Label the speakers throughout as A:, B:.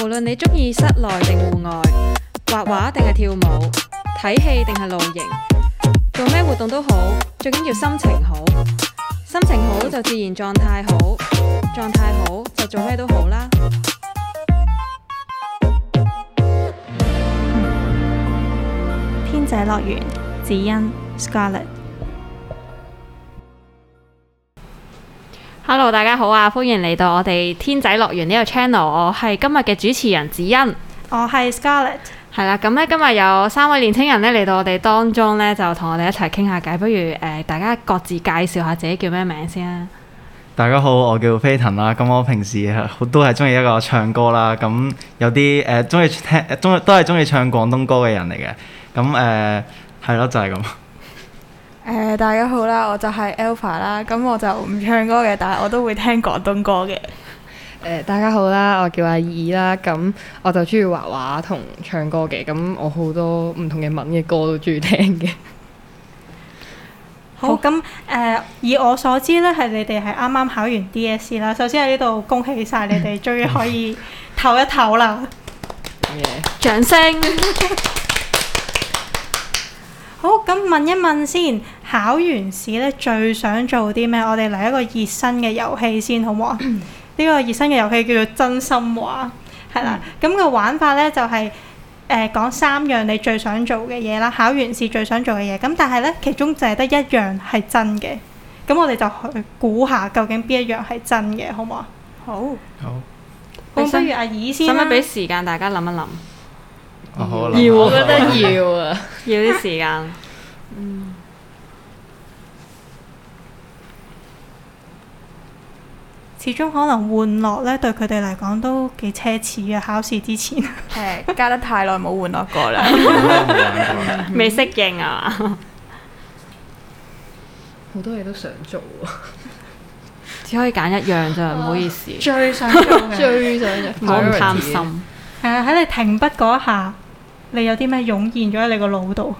A: 無論你中意室內定戶外，畫畫定係跳舞，睇戲定係露營，做咩活動都好，最緊要心情好。心情好就自然狀態好，狀態好就做咩都好啦。
B: 天仔樂園，子欣 Scarlett。
A: Hello，大家好啊，歡迎嚟到我哋天仔樂園呢個 channel，我係今日嘅主持人子欣。
B: 我哦係 Scarlett。
A: 係啦，咁咧今日有三位年青人咧嚟到我哋當中咧，就同我哋一齊傾下偈。不如誒、呃大家各自介紹下自己叫咩名先啊啦。
C: 大家好，我叫飛騰啦。咁我平時好都係中意一個唱歌啦。咁有啲誒中意聽，呃中都係中意唱廣東歌嘅人嚟嘅。咁誒係咯，就係咁。
D: 誒、大家好啦，我就係 Alpha 啦，咁我就唔唱歌嘅，但係我都會聽廣東歌嘅。
E: 誒、呃大家好啦，我叫阿怡啦，咁我就中意畫畫同唱歌嘅，咁我好多唔同嘅文嘅歌都中意聽嘅。
B: 好，咁誒、呃以我所知咧，係你哋係啱啱考完 DSE 啦。首先喺呢度恭喜晒你 哋，終於可以唞一唞啦。
A: 掌聲。
B: 好，咁問一問先，考完試咧最想做啲咩？我哋嚟一個熱身嘅遊戲先，好唔好啊？呢個熱身嘅遊戲叫做真心話，係啦。咁、個玩法咧就係、誒、講三樣你最想做嘅嘢啦，考完試最想做嘅嘢。咁但係咧，其中就係得一樣係真嘅。咁我哋就去估下究竟邊一樣係真嘅，好唔好啊？好。
C: 好，
B: 咁
A: 你
B: 不
A: 想
B: 如阿 姨
A: 使
B: 先
A: 唔
B: 啦
A: 使。俾時間大家諗一諗？
C: 我好啦。
E: 要， 我覺得要啊。
A: 要啲時間。
B: 始終可能玩樂咧，對佢哋嚟講都幾奢侈嘅。考試之前。
D: 誒、加得太耐冇玩樂過 啦。
A: 未適應啊嘛，
E: 好多嘢都想做啊，
A: 只可以揀一樣咋，唔好意思，
B: 最想做嘅。
E: 最想
A: 唔好咁貪心。
B: 係啊，喺你停筆嗰一下，你有啲咩湧現咗喺你個腦度？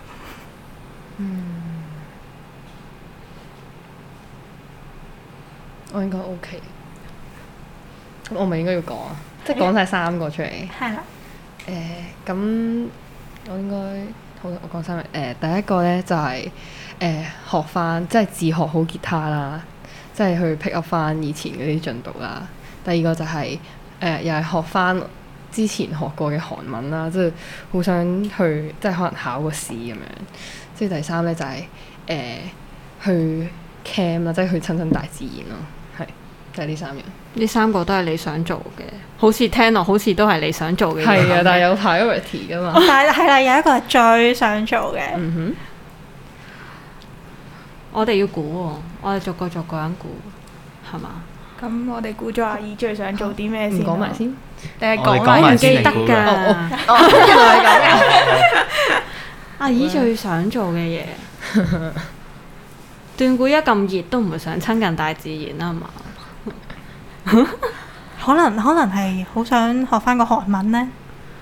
E: 我應該 OK。咁我咪應該要講啊，即係講晒三個出嚟。誒、
B: 係啦，
E: 咁我應該好，我講三樣。誒、第一個咧就係、誒、學翻，即係自學好吉他啦，即係去 pick up 翻以前嗰啲進度啦。第二個就係、誒、又係學翻之前學過嘅韓文啦，即係好想去，即係可能考個試咁樣。即係第三咧就係、誒、去 cam 啦，即係去親近大自然咯，係就係、呢三樣。
A: 呢三個都係你想做嘅，好似聽落好似都係你想做嘅嘢。
E: 係啊，但係有 priority 噶嘛。
B: 但係係啦，有一個係最想做嘅。
E: 嗯
A: 我哋要估喎，我哋逐個逐個人估，係嘛？
D: 咁我哋估咗阿姨 E 最想做啲咩
E: 哼，
D: 先？啊
E: 唔講埋。先。
D: 定係
C: 我哋
D: 講
C: 講
D: 埋？
C: 埋
A: 哎唔記
C: 先
A: 得
C: 嚟估㗎。
A: 㗎。哦阿姨最想做嘅 嘢，斷估一咁熱都唔會想親近大自然啦係嘛？
B: 可能可能係好想學翻個韓文呢。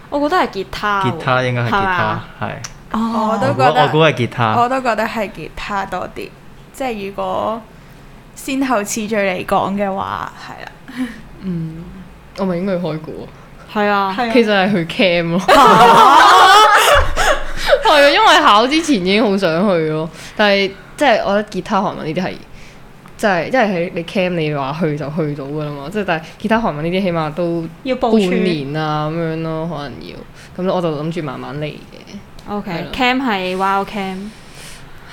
A: 我覺得係吉他喎。
C: 吉他應該係吉
A: 係咪
C: 他
A: 啊，
C: 係。
A: 哦，
D: 我
C: 我
D: 都
C: 估
D: 覺得
C: 我估係啊吉他。
D: 我都覺得係吉他多啲，即係如果先後次序嚟講嘅話，係 啦。，
E: 嗯，我咪應該去開估。
A: 係啊，
B: 係啊
E: 其實係去 cam 咯。係啊，因為考之前已經好想去咯，但係即係我覺得吉他韓文呢啲係。即係，因為喺你 cam 你話去就去到㗎啦嘛，即係但係吉他韓文呢啲起碼都
B: 要部署
E: 半年啊咁樣咯，可能要咁我就諗住慢慢嚟嘅，係
A: OK
E: 咯
A: cam 係 wow cam，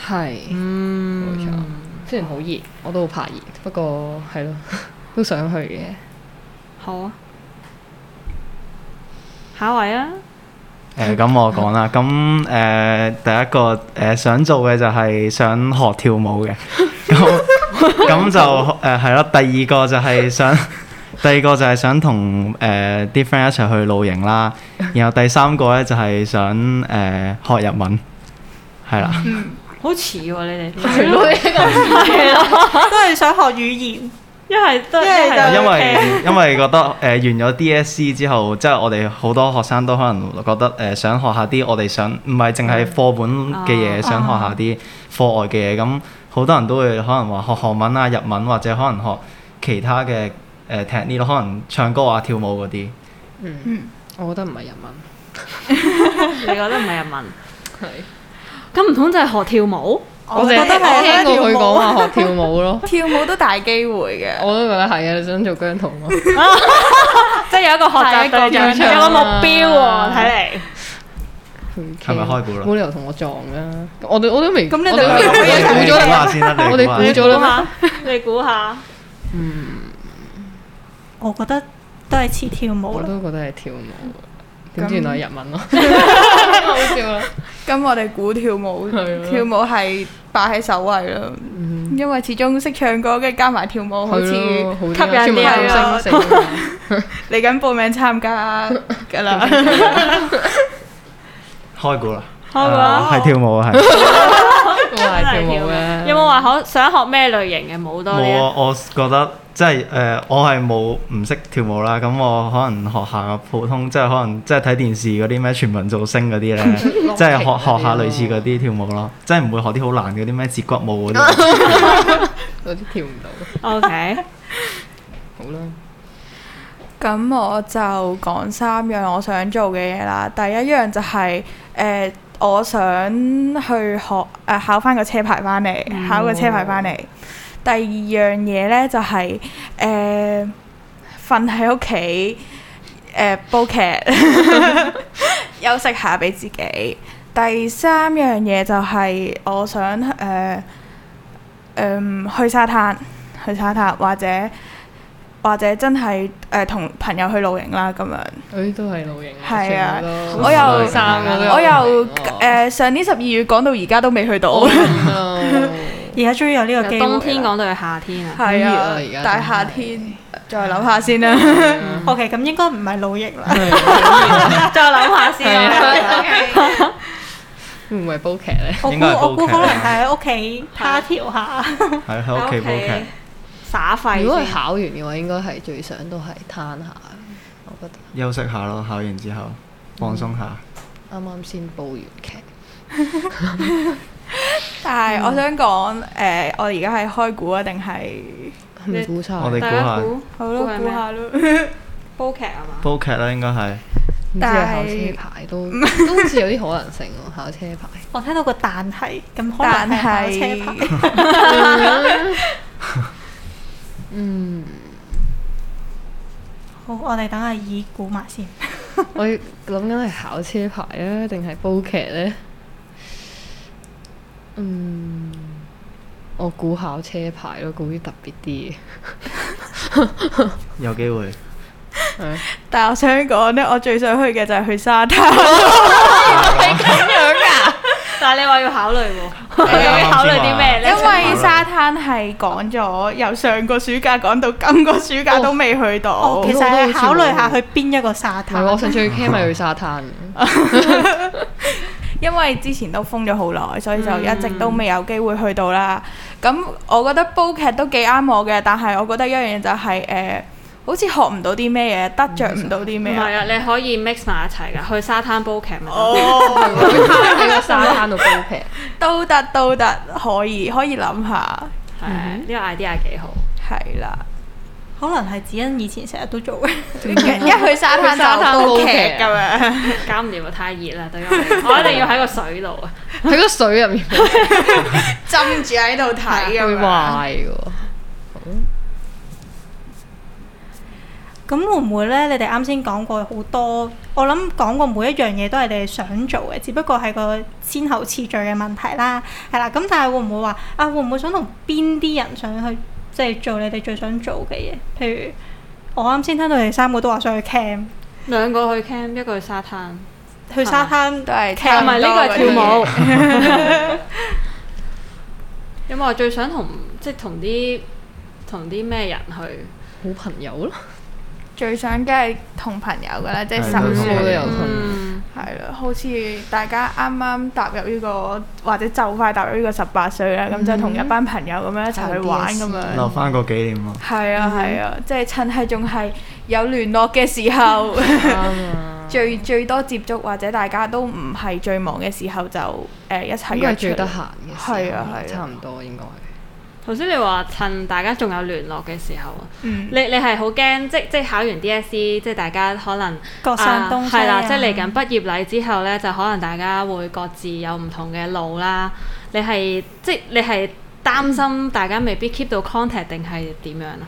E: 係冇
A: 嗯，
E: 錯。雖然好熱，我都好怕熱，不過係咯， 都想去嘅。
A: 好啊，下一位啊，
C: 誒咁我講啦。咁誒第一個誒想做嘅就係想學跳舞嘅。咁咁就誒係咯。第二個就係想。第二個就係想同誒啲 friend 一齊去露營啦，然後第三個咧就係想誒、呃、學日文，係啦，
A: 好似喎你哋，
E: 係咯，呢個
B: 都係想學語言。
A: 一係都
B: 一
A: 一
B: 係
E: 啊
B: 就
A: 係
C: 因為 因為覺得誒、呃完咗 DSE 之後，即係我哋好多學生都可能覺得誒、呃想學下啲我哋想唔係淨
E: 嗯
C: 係課本嘅嘢，
E: 哦
C: 想學下啲課外嘅嘢，咁好多人都會可能話學韓文啊、日文或者可呃能學其他嘅誒 technique 咯，可能唱歌啊、跳舞嗰啲，
E: 我覺得唔係日文，
A: 你覺得唔係日文？
E: 係
A: 咁唔通就係學跳舞？
E: 我淨
B: 覺得係
E: 係聽過佢
B: 跳舞
E: 講話學跳舞咯
D: 跳舞都大機會嘅。
E: 我都覺得係啊！你想做姜濤嗎？
A: 即係有一個學習對
E: 係一個
A: 象，
E: 對象
A: 有個目標
E: 啊
A: 喎，睇嚟。
C: 係咪開估啦
E: 冇理由同我撞噶，我哋我都未，
B: 咁你哋
E: 我都
B: 兩個
E: 我哋
C: 你
E: 估
C: 估
E: 咗
C: 下
E: 啦，
C: 先啦，你
E: 我哋
C: 估
E: 估
C: 下
E: 咗
C: 先
E: 啦
A: 估下，你估下，
B: 我覺得都係似跳舞
E: 我
B: 啦。
E: 都覺得係跳舞，點
D: 咁
E: 知原來係日文咯，好笑啦！
D: 咁我哋估跳舞，
E: 係啊嗯
D: 跳舞係擺喺首位咯，因為始終識唱歌，跟住加埋跳舞，好似
E: 係咯，
D: 嚟
E: 好啲
A: 吸引
E: 啊全部
A: 啲啊
E: 係星星啊
D: 緊報名參加㗎 啦。
C: 開估啦，
A: 開估啦
C: 啊係跳舞啊，係
E: 都係跳舞嘅。
A: 有冇話可想學咩類型嘅舞多啲
C: 冇
A: 啊？
C: 啊！我覺得即係誒，我係冇唔識跳舞啦，咁我可能學下個普通，即係可能即係睇電視嗰啲咩全民造星嗰啲 咧，即係學學下類似嗰啲跳舞咯，即係唔會學啲好難嗰啲咩節骨舞嗰 啲。
E: 有啲跳唔到，
A: O K，
E: 好啦，
D: 咁我就講三樣我想做嘅嘢啦。第一樣就係、誒、我想去學誒、考翻個車牌翻嚟，考個車牌翻嚟。第二樣嘢呢，就係誒瞓喺屋企誒煲劇， 休息下俾自己。第三樣嘢就係我想誒誒、嗯去沙灘，去沙灘或者。或者真係誒同朋友去露營啦咁樣。
E: 誒都係露營啊，
D: 係啊
E: 全部都
D: 我又
E: 衫我都
D: 我又誒、
E: 誒
D: 上年十二月講到而家都未去到，
E: 哦
B: 而家終於有呢個機會啦。啊
A: 冬天講到係夏天 啊，
D: 係啊
E: 好熱啊而家真係，嗯
D: 但係夏天再諗下先啦。
B: OK，咁應該唔係露營啦。
A: 再諗下先啊。
E: 嗯會唔會係煲劇咧？
B: 我
C: 應
B: 估
C: 該係煲
B: 我估
C: 劇
B: 可能
C: 啦
B: 係喺屋企他條下。
C: 係喺屋企煲劇，
A: 耍廢
E: 如果係
A: 先。
E: 考完嘅話，應該係最想都係攤下，我覺
C: 休息下咯，考完之後放鬆下。
E: 得啱啱先煲完劇，
D: 但
E: 嗯
D: 係我想講誒、我而家係開估啊，定係
E: 唔估晒。
C: 我哋
A: 大
C: 估
A: 家
C: 下
A: 估
D: 好咯
A: 估係
D: 估
A: 咩
D: 下咯。
A: 煲劇啊嘛？
C: 煲劇啦，應該係。
E: 唔知係考車牌都都好似有啲可能性喎，考車牌。
B: 我聽到個但係，咁可
D: 但
B: 能係
D: 係
B: 考車牌。
E: 嗯，
B: 好，我哋等阿二估埋先。
E: 我諗緊係考車牌啊，定係煲劇呢？嗯，我估考車牌咯，估啲特別啲嘅。
C: 有機會，
E: 係
D: 但係我想講咧，我最想去嘅就係去沙 灘。
E: 哦
A: 但係你話要考慮 喎，
C: 啱啱
A: 你
C: 先
A: 要
C: 話
A: 考慮啲咩啊
D: 因
A: 咧？
D: 為沙灘係講咗由上個暑假講到今個暑假都未去到。
B: 哦，其實
E: 我都好
B: 係
E: 似
B: 考慮下
E: 冇
B: 去邊一個沙
E: 係喎我
B: 灘。
E: 上次去 camp 咪去沙灘，
D: 因為之前都封咗好耐，所以就一直都未有機會去到啦。咁、我覺得煲劇都幾啱我嘅，但係我覺得一樣嘢就係、誒、好似學唔到啲咩嘢，得着唔到啲
A: 唔
D: 咩
A: 係
D: 啊。
A: 啊，你可以 mix 埋一齊㗎，去沙灘煲劇咪得。
E: 喺個沙灘度煲劇。
D: 都得都得，可以可以諗下，
A: 係啊呢個 idea 幾好。
D: 係啦。
B: 可能係子欣以前成日都做嘅。
D: 一去沙灘
E: 去沙灘
D: 就煲
E: 煲
D: 劇
E: 劇
D: 咁樣，
A: 搞唔掂啊！太熱啦，對於我 嚟講，我一定要喺個水度啊！
E: 喺個水入面
D: 浸住喺度睇咁
E: 會
D: 樣。
E: 壞嘅喎。
B: 咁會唔會咧？你哋啱先講過好多，我諗講過每一樣嘢都係你哋想做嘅，只不過係個先後次序嘅問題啦，係啦。咁但係會唔會話啊？會唔會想同邊啲人想去即係做你哋最想做嘅嘢？譬如我啱先聽到你哋三個都話想去 camp，
A: 兩個去 camp，一個去沙灘，
B: 去沙灘
D: 都係
A: 唔
D: 差
A: 係
D: 多
A: 呢個係
D: 嗰
A: 跳
D: 啲嘢
A: 舞。 有冇話最想同即係同啲同啲咩人去？
E: 好朋友咯，
D: 最想梗係同朋友噶啦，即係
C: 係
D: 手
C: 都
E: 我
C: 係
D: 語
E: 都有朋友。
A: 嗯，
D: 係啦，好似大家啱啱踏入呢、個或者就快踏入呢個十八歲啦，咁、就同一班朋友咁樣一齊去玩咁
E: 嗯
C: 留
D: 樣。
C: 翻個紀念咯。
D: 係啊係啊，即係趁係仲係有聯絡嘅時 候，
E: 啱啊，
D: 最最多接觸或者大家都唔係最忙嘅時候就誒、一齊
E: 應該
D: 約
E: 係最
D: 出
E: 得
D: 嚟。
E: 閒嘅時候，
D: 係啊係啊
E: 差唔多應該係。
A: 頭先你話趁大家仲有聯絡嘅時候，啊
B: 嗯，
A: 你你係好驚，即即考完 DSE，即係大家可能
B: 各散東西
A: 係啦、
B: 啊
A: 即係嚟緊畢業禮之後咧，就可能大家會各自有唔同嘅路啦。你係即你係擔
B: 嗯
A: 心大家未必 keep 到 contact 定係點樣啊？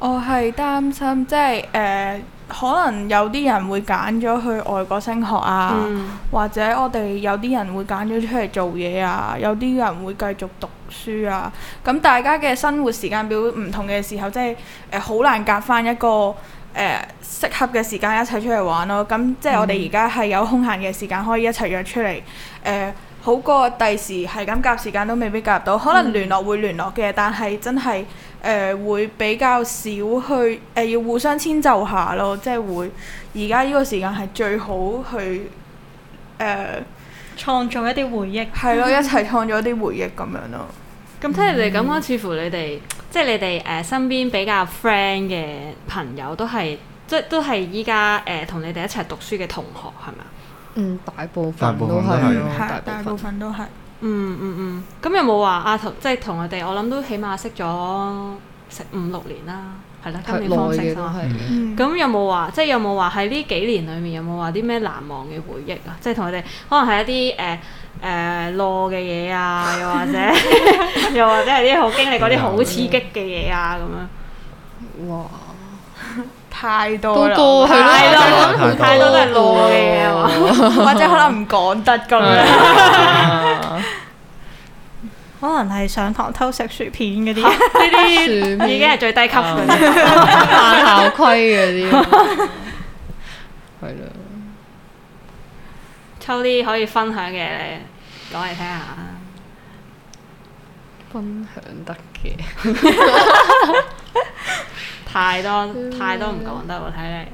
D: 我哦係擔心，即係誒、呃可能有啲人會揀咗去外國升學啊，
A: 嗯
D: 或者我哋有啲人會揀咗出嚟做嘢啊，有啲人會繼續讀書啊。咁大家嘅生活時間表唔同嘅時候，即係誒好難夾翻一個誒、呃、適合嘅時間一齊出嚟玩咯。咁即係我哋而家係有空閒嘅時間可以一齊約出嚟誒。呃好過第時係咁夾時間都未必夾到，可能聯絡會聯絡嘅，但係真係誒、呃、會比較少去誒、呃要互相遷就下咯，即係會而家呢個時間係最好去誒
B: 創造一啲回憶。
D: 係
E: 嗯
D: 咯，一齊創咗啲回憶咁樣咯。
A: 咁聽
B: 嗯
A: 你哋咁講，似乎你哋即係你哋誒、呃身邊比較 friend 嘅朋友都係即都係依家誒同你哋一齊讀書嘅同學係咪啊？
E: 嗯，大部
C: 大
E: 分
C: 部
E: 都
C: 分都
E: 係
C: 係
E: 咯，
D: 係
E: 哦大
D: 大
E: 部
D: 部
E: 分。
D: 分都係。
A: 嗯嗯嗯，咁有冇話啊？同即係同佢哋，我諗都起碼識咗識五六年啦，係啦，今
E: 係
A: 年
E: 耐
A: 方式
E: 嘅都
A: 嘛。
C: 啊
E: 係嘅，
D: 嗯
A: 咁有冇話即係有冇話喺呢幾年裡面有冇話啲咩難忘嘅回憶啊？即係同佢哋可能係一啲誒誒攞嘅嘢 啊，又或者 又或者係啲好經歷嗰啲好刺激嘅嘢啊咁樣。
E: 哇，
D: 太
E: 都
D: 多啦，
E: 多啊係
A: 太
E: 咯，
A: 多
C: 太多
A: 太多都係攞嘅嘢
E: 哦
A: 啊嘛。
D: 或者可能唔講得咁樣。
B: 可能係上堂偷食薯片嗰啲，
A: 呢啲
E: 算啊
A: 已經係最低級嗰啲。
E: 犯校規嗰啲，係啦。
A: 抽啲可以分享嘅講嚟聽下。
E: 分享得嘅，
A: 太多
E: 嗯
A: 太多唔講得喎，睇嚟。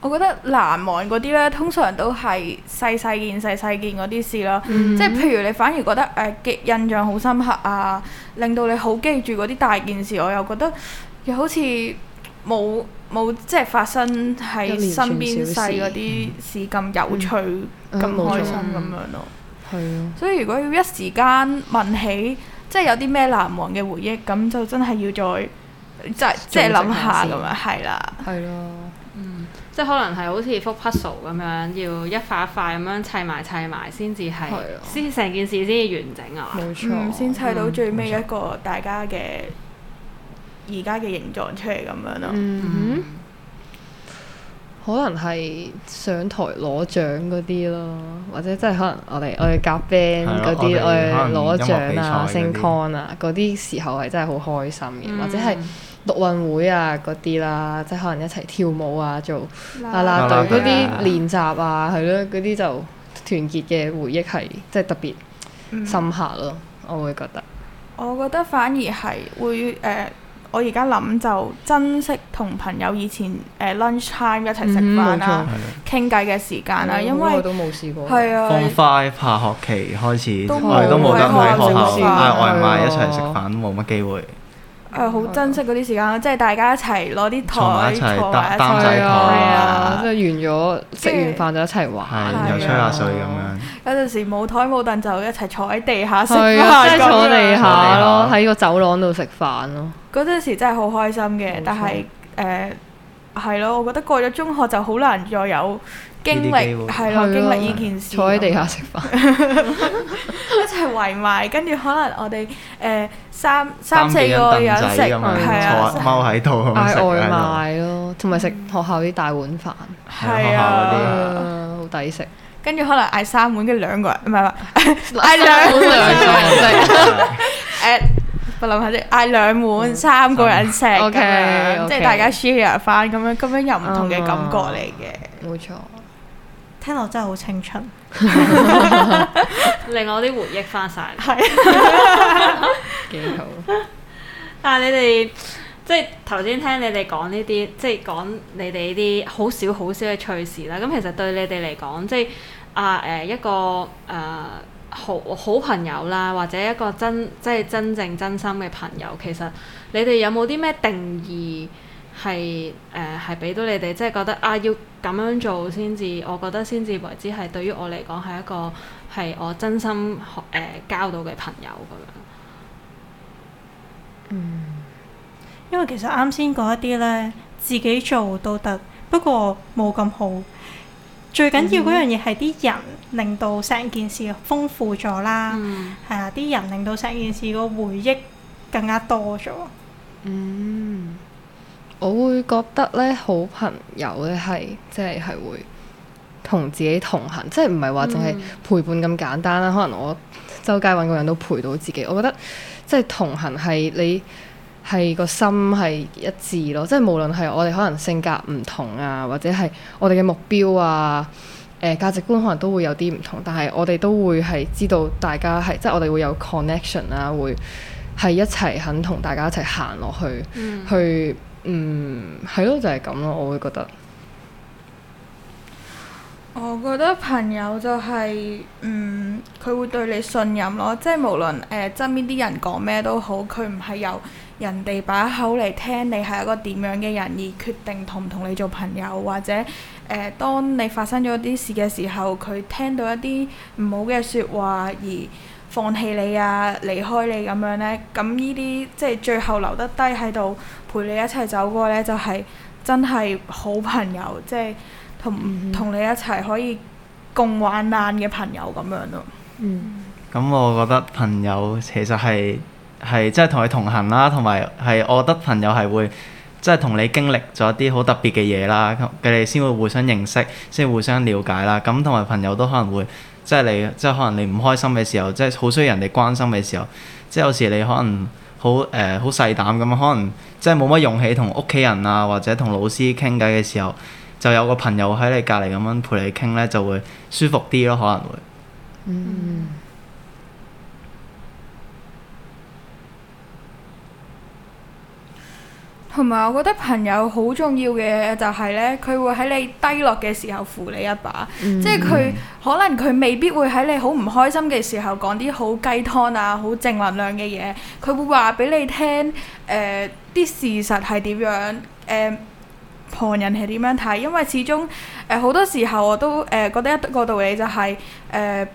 D: 我覺得難忘嗰啲咧，通常都係細細件、細細件嗰啲事咯。
E: 嗯
D: 即係譬如你反而覺得誒、呃記印象好深刻啊，令到你好記住嗰啲大件事，我又覺得又好似冇冇即係發生
E: 一
D: 喺
E: 連
D: 身
E: 串
D: 邊
E: 小
D: 細
E: 事
D: 嗰啲事咁有趣、咁、
E: 嗯冇錯
D: 開心咁樣咯。
E: 係啊，
D: 所以如果要一時間問起，即係有啲咩難忘嘅回憶，咁就真係要再即係即係諗下咁
E: 組織
D: 樣，係啦。
E: 係咯，
A: 即係可能係好似幅 puzzle 咁樣，要一塊一塊咁樣砌埋砌埋先至係
E: 係啊，
A: 先成件事先至完整啊嘛。
E: 冇錯
D: 嗯，。先砌到最尾一個大家嘅而家嘅形狀出嚟咁樣咯。
E: 嗯，可能係上台攞獎嗰啲咯，或者即係可能我哋我哋夾
C: 嗯
E: band
C: 係咯
E: 嗰啲，
C: 我哋可能
E: 我哋攞獎啊、
C: 音樂比賽嗰啲嗯
E: 升 con 啊嗰啲時候係真係好開心嘅，嗯或者係
A: 嗯
E: 陸運會啊嗰啲啦，即係可能一齊跳舞啊、做啦啦
C: 啦啦
E: 隊嗰
C: 隊
E: 啲
C: 啊
E: 練習啊，係咯，嗰啲就團結嘅回憶係即係特別
D: 嗯
E: 深刻咯，我會覺得。
D: 我覺得反而係會誒、呃我而家諗就珍惜同朋友以前誒、呃 lunch time 一齊食飯
C: 嗯
D: 啦、傾偈嘅時間啦，
E: 係
D: 因
E: 好耐
D: 為
E: 都冇試過。
D: 係啊，
C: 放快下學期開始，
D: 都冇
C: 我哋都冇得喺學校
D: 喺學校
C: 嗌外賣一
E: 食飯
C: 齊食飯，都冇乜機會。
D: 誒好珍惜嗰啲時間，啊即係大家一齊攞啲
C: 坐埋
D: 台
C: 一齊
D: 坐埋一
C: 擔擔
D: 齊
C: 仔
E: 係
C: 台
E: 啊
C: 啊，
E: 即係完咗
D: 啊
E: 食完飯就一齊
C: 係啊
E: 玩，
C: 又吹下水咁樣，
D: 有陣時冇台冇凳就一齊坐喺地下食
E: 係
D: 飯
E: 啊，即係坐
D: 咁樣
E: 地下咯，
C: 坐地下
E: 喺個走廊度食飯咯。
D: 嗰陣時真係好開心
E: 冇錯
D: 嘅，但係誒係咯，我覺得過咗中學就好難再有經
C: 呢啲機會
D: 歷係咯，經歷呢件事，
E: 坐喺地下食
C: 啊
E: 飯，
D: 一齊圍埋，跟住可能我哋誒三三四
C: 幾張
D: 個
C: 凳
D: 人
C: 仔
D: 食，
C: 咁
D: 係
C: 樣坐
D: 啊，
C: 踎喺度咁樣食啊
E: 嗌外
C: 喺度
E: 賣咯，同埋食學校啲大碗飯，
C: 喺學
D: 係
C: 校嗰啲
D: 啊，
E: 啊好抵食。
D: 跟住可能嗌三碗，跟住兩個人唔係唔係
E: 啊
D: 嗌
E: 兩
D: 兩
E: 人食，
D: 誒。我諗下先，嗌兩
C: 嗯
D: 碗三個人食咁
E: OK，
D: 樣，即
E: OK
D: 係大家 share 翻咁樣，咁樣又唔同
E: 嗯
D: 嘅感覺嚟嘅。
E: 冇錯。
B: 聽落真係好青春。
A: 令我啲回憶翻晒。
E: 幾好，
A: 但係你哋即係頭先聽你哋講呢啲，即係講你哋呢啲好少好少嘅趣事啦。咁其實對你哋嚟講，即係啊誒、一個誒、好好朋友啦，或者一個真即係真正真心嘅朋友，其實你哋有冇啲咩定義係誒係俾到你哋，即係覺得啊要咁樣做先至，我覺得先至為之係對於我嚟講係一個係我真心誒、交到嘅朋友咁樣。
B: 因為其實啱先嗰一啲呢，自己做都得，不過冇咁好。最緊要嗰樣嘢係啲人令到成件事豐富咗啦，
A: 嗯
B: 係啊，啲人令到成件事個回憶更加多咗。
E: 嗯，我會覺得咧，好朋友咧係即係係會同自己同行，即係唔係話淨係
A: 嗯
E: 陪伴咁簡單啦。可能我周街揾個人都陪到自己，我覺得即係同行係你係個心係一致咯。即係無論係我哋可能性格唔同啊，或者係我哋嘅目標啊。誒、價值觀可能都會有啲唔同，但係我哋都會係知道大家係即係我哋會有 connection 啦、會係一齊肯同大家一齊行落去，
A: 嗯
E: 去嗯係咯，就係咁咯，我會覺得
D: 我覺得朋友就係、嗯，佢會對你信任咯，即係無論誒側邊啲人講咩都好，佢唔係由人哋把口嚟聽你係一個點樣嘅人而決定同唔同你做朋友，或者誒、呃、當你發生咗啲事嘅時候，佢聽到一啲唔好嘅説話而放棄你啊、離開你咁樣呢。咁呢啲即係最後留得低喺度陪你一齊走過呢，就係、真係好朋友，即係。同同你一齊可以共患難嘅朋友咁樣咯。
E: 嗯
C: 咁我覺得朋友其實係係即係同佢同行啦，同埋係我覺得朋友係會即係同你經歷咗啲好特別嘅嘢啦，咁佢哋先會互相認識，先會互相了解啦。咁同埋朋友都可能會即係你即係可能你唔開心嘅時候，即係好需要人哋關心嘅時候，即係有時你可能好誒好細膽咁，可能即係冇乜勇氣同屋企人啊或者同老師傾偈嘅時候，就有個朋友喺你隔離咁樣陪你傾咧，就會舒服啲咯，可能會。
E: 嗯
D: 同埋我覺得朋友好重要嘅就係呢，佢會喺你低落嘅時候扶你一把，即係佢可能佢未必會喺你好唔開心嘅時候講啲好雞湯啊、好正能量嘅嘢，佢會話俾你聽誒呃啲、事實係點樣誒。呃旁人係點樣睇，因為始終誒好、多時候我都誒、呃、覺得一個道理就係、呃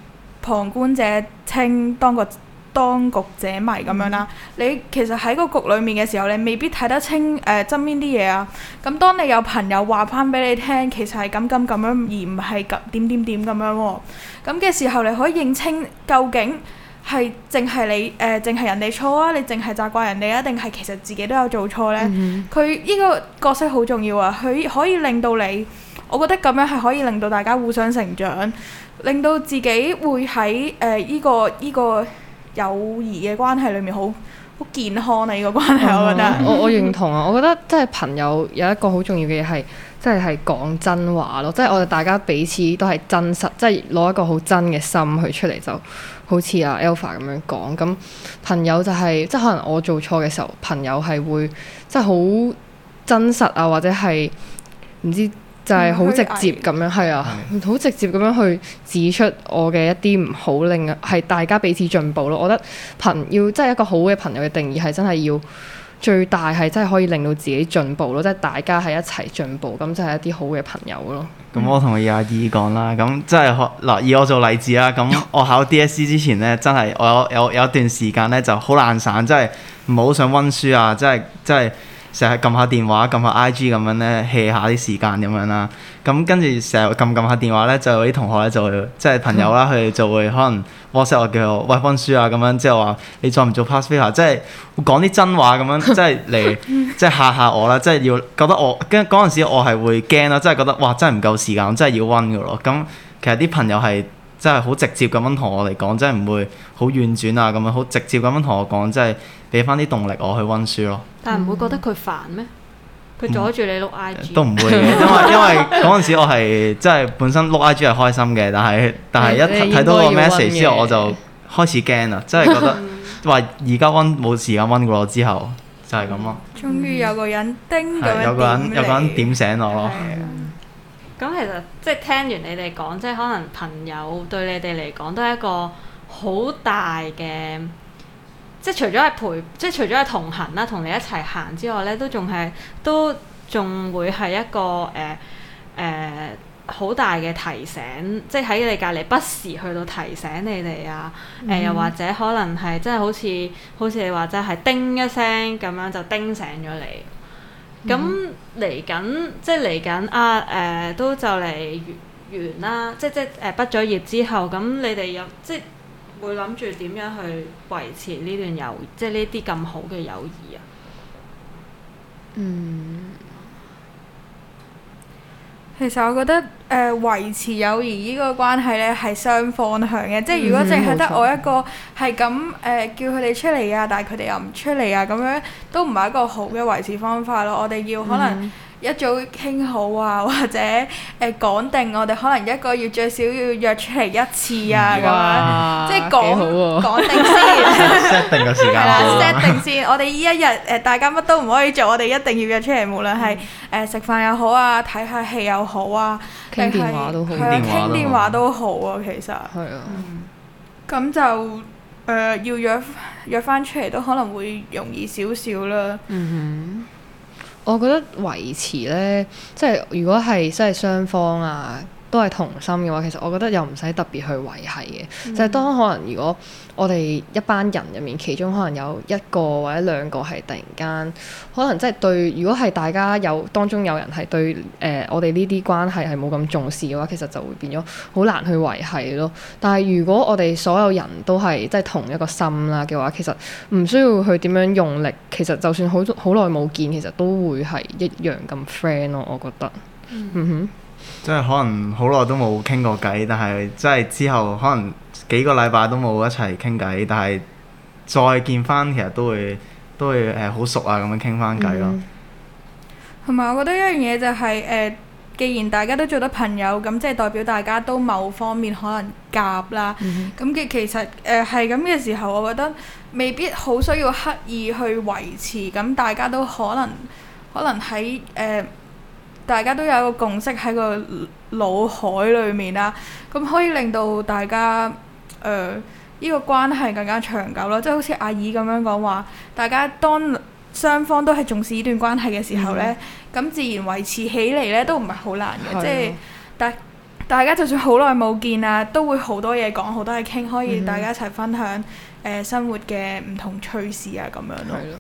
D: 旁觀者清，當局當局者迷咁樣啦。你其實喺個局裡面嘅時候，你未必睇得清誒側邊啲嘢啊。咁當你有朋友話翻俾你聽，其實係咁咁咁樣，而唔係咁點點點咁樣喎。咁嘅時候，你可以認清究竟。係淨係你誒，淨係人哋錯啊！你淨係責怪人哋啊，定係其實自己都有做錯呢？佢呢、個角色好重要啊！佢可以令到你，我覺得咁樣係可以令到大家互相成長，令到自己會喺誒呢個呢、個友誼嘅關係裏面好好健康啊！呢、個關係我覺
C: 嗯
D: 得。
E: 我我認同啊，我覺得即係朋友有一個好重要嘅嘢係，即係係講真話咯，即係我哋大家彼此都係真實，即係攞一個好真嘅心去出嚟，就好似阿 Alpha 咁樣講。咁朋友就係、即係可能我做錯嘅時候，朋友係會即係好真實啊，或者係唔知就
D: 嗯
E: 係好直接咁樣，係啊，好直接咁樣去指出我嘅一啲唔好，令係大家彼此進步咯。我覺得朋要即係一個好嘅朋友嘅定義係真係要。最大係真係可以令到自己進步咯，即係大家係一齊進步，咁就係一啲好嘅朋友咯。
C: 咁我同廿二講啦，咁即係學嗱，以我做例子啦，咁我考 DSE 之前咧，真係我有有有一段時間咧就好懶散，真係唔好想温書啊，真係真係成日撳下電話、撳下 IG 咁樣咧 hea 下啲時間咁樣啦。咁跟住成日撳撳下電話咧，就有啲同學咧就會即係朋友啦，佢哋就會可能 WhatsApp 我叫我喂温書啊咁樣，之後話你再唔做 past paper，即係會講啲真話咁樣，即係嚟即係嚇嚇我啦，即係要覺得我跟嗰陣時我係會驚啦，即係覺得哇真係唔夠時間，真係要温噶咯。咁其實啲朋友係真係好直接咁樣同我嚟講，真係唔會好婉轉啊咁樣，好直接咁樣同我講，即係俾翻啲動力我去温書咯。
A: 但唔會覺得佢煩咩？佢阻住你碌 IG，
C: 嗯都唔會嘅，因為因為嗰陣時我係即係本身碌 IG 係開心嘅，但 係但係
E: 你
C: 一
E: 你
C: 睇到個
E: 應該要
C: message 之後
E: 溫嘅
C: 我就開始驚啦，即係覺得話而家温冇時間温噶咯，之後就係咁咯，
D: 終於有個人叮咁
C: 係
D: 樣
C: 有個人
D: 你
C: 有個人點醒我咯。
D: 係啊
A: 咁其實即係聽完你哋講，即係可能朋友對你哋嚟講都係一個好大嘅，即係除咗係陪，即係除咗係同行啦，同你一齊行之外咧，都仲係都仲會係一個誒誒、呃好大嘅提醒，即係喺你隔離不時去到提醒你哋啊，
C: 嗯
A: 誒、又或者可能係真係好似好似你話齋係叮一聲咁樣就叮醒咗你。咁嚟緊即係嚟緊啊誒、都就嚟完完啦，即即誒畢咗業之後，咁你哋有即係會諗住點樣去維持呢段友，即係呢啲咁好嘅友誼啊？
E: 嗯，
D: 其實我覺得誒、呃、維持友誼呢個關係咧係雙方向嘅，即係如果淨係得
E: 嗯冇錯
D: 我一個係咁誒叫佢哋出嚟啊，但係佢哋又唔出嚟啊，咁樣都唔係一個好嘅維持方法咯。我哋要可
E: 嗯
D: 能一早傾好啊， 或者誒、呃、講定我哋可能一個月最少要約出嚟一次啊咁樣，即係
E: 嗯幾好
D: 講
E: 喎
D: 講定 先。
C: set 定個時間啊
D: 係啦
C: 表
D: 啊，set 定 先。我哋依一日誒、呃大家乜都唔可以做，我哋一定要約出嚟，無論係誒食飯又好啊，睇下戲又好啊，
E: 傾
D: 定係
E: 電話都好
D: 係啊
C: 傾電話都好
D: 傾電話都好啊。其實
E: 係啊，
D: 咁就誒、呃要約約翻出嚟都可能會容易少少啦。
E: 嗯哼，我覺得維持呢，即係如果係即係雙方啊，都係同心嘅話，其實我覺得又唔使特別去維係嘅。就係當可能如果我哋一班人入面，其中可能有一個或者兩個係突然間，可能即係對，如果係大家有當中有人係對誒、呃我哋呢啲關係係冇咁重視嘅話，其實就會變咗好難去維係咯。但係如果我哋所有人都係即係同一個心啦嘅話，其實唔需要去點樣用力，其實就算好好耐冇見，其實都會係一樣咁 friend 咯。我覺得，嗯
C: 即係可能好耐都冇傾過偈，但係即係之後可能幾個禮拜都冇一齊傾偈，但係再見翻其實都會都會誒好熟啊咁樣傾翻偈咯。
D: 同埋我覺得一樣嘢就係、呃既然大家都做得朋友，咁即係代表大家都某方面可能夾啦。咁嘅、其實誒係咁嘅時候，我覺得未必好需要刻意去維持。咁大家都可能可能喺誒、呃大家都有一個共識喺個腦海裡面啦。咁可以令到大家誒。呃呢個關係更加長久咯，即係好似阿姨咁樣講話，大家當雙方都係重視呢段關係嘅時候呢，咁、自然維持起嚟呢都唔係好難嘅，
E: 嗯係啊
D: 即係大大家就算好耐冇見啊，都會好多嘢講，好多嘢傾，可以大家一齊分享誒、呃生活嘅唔同趣事啊咁樣
E: 哼，
D: 咯。
E: 係咯。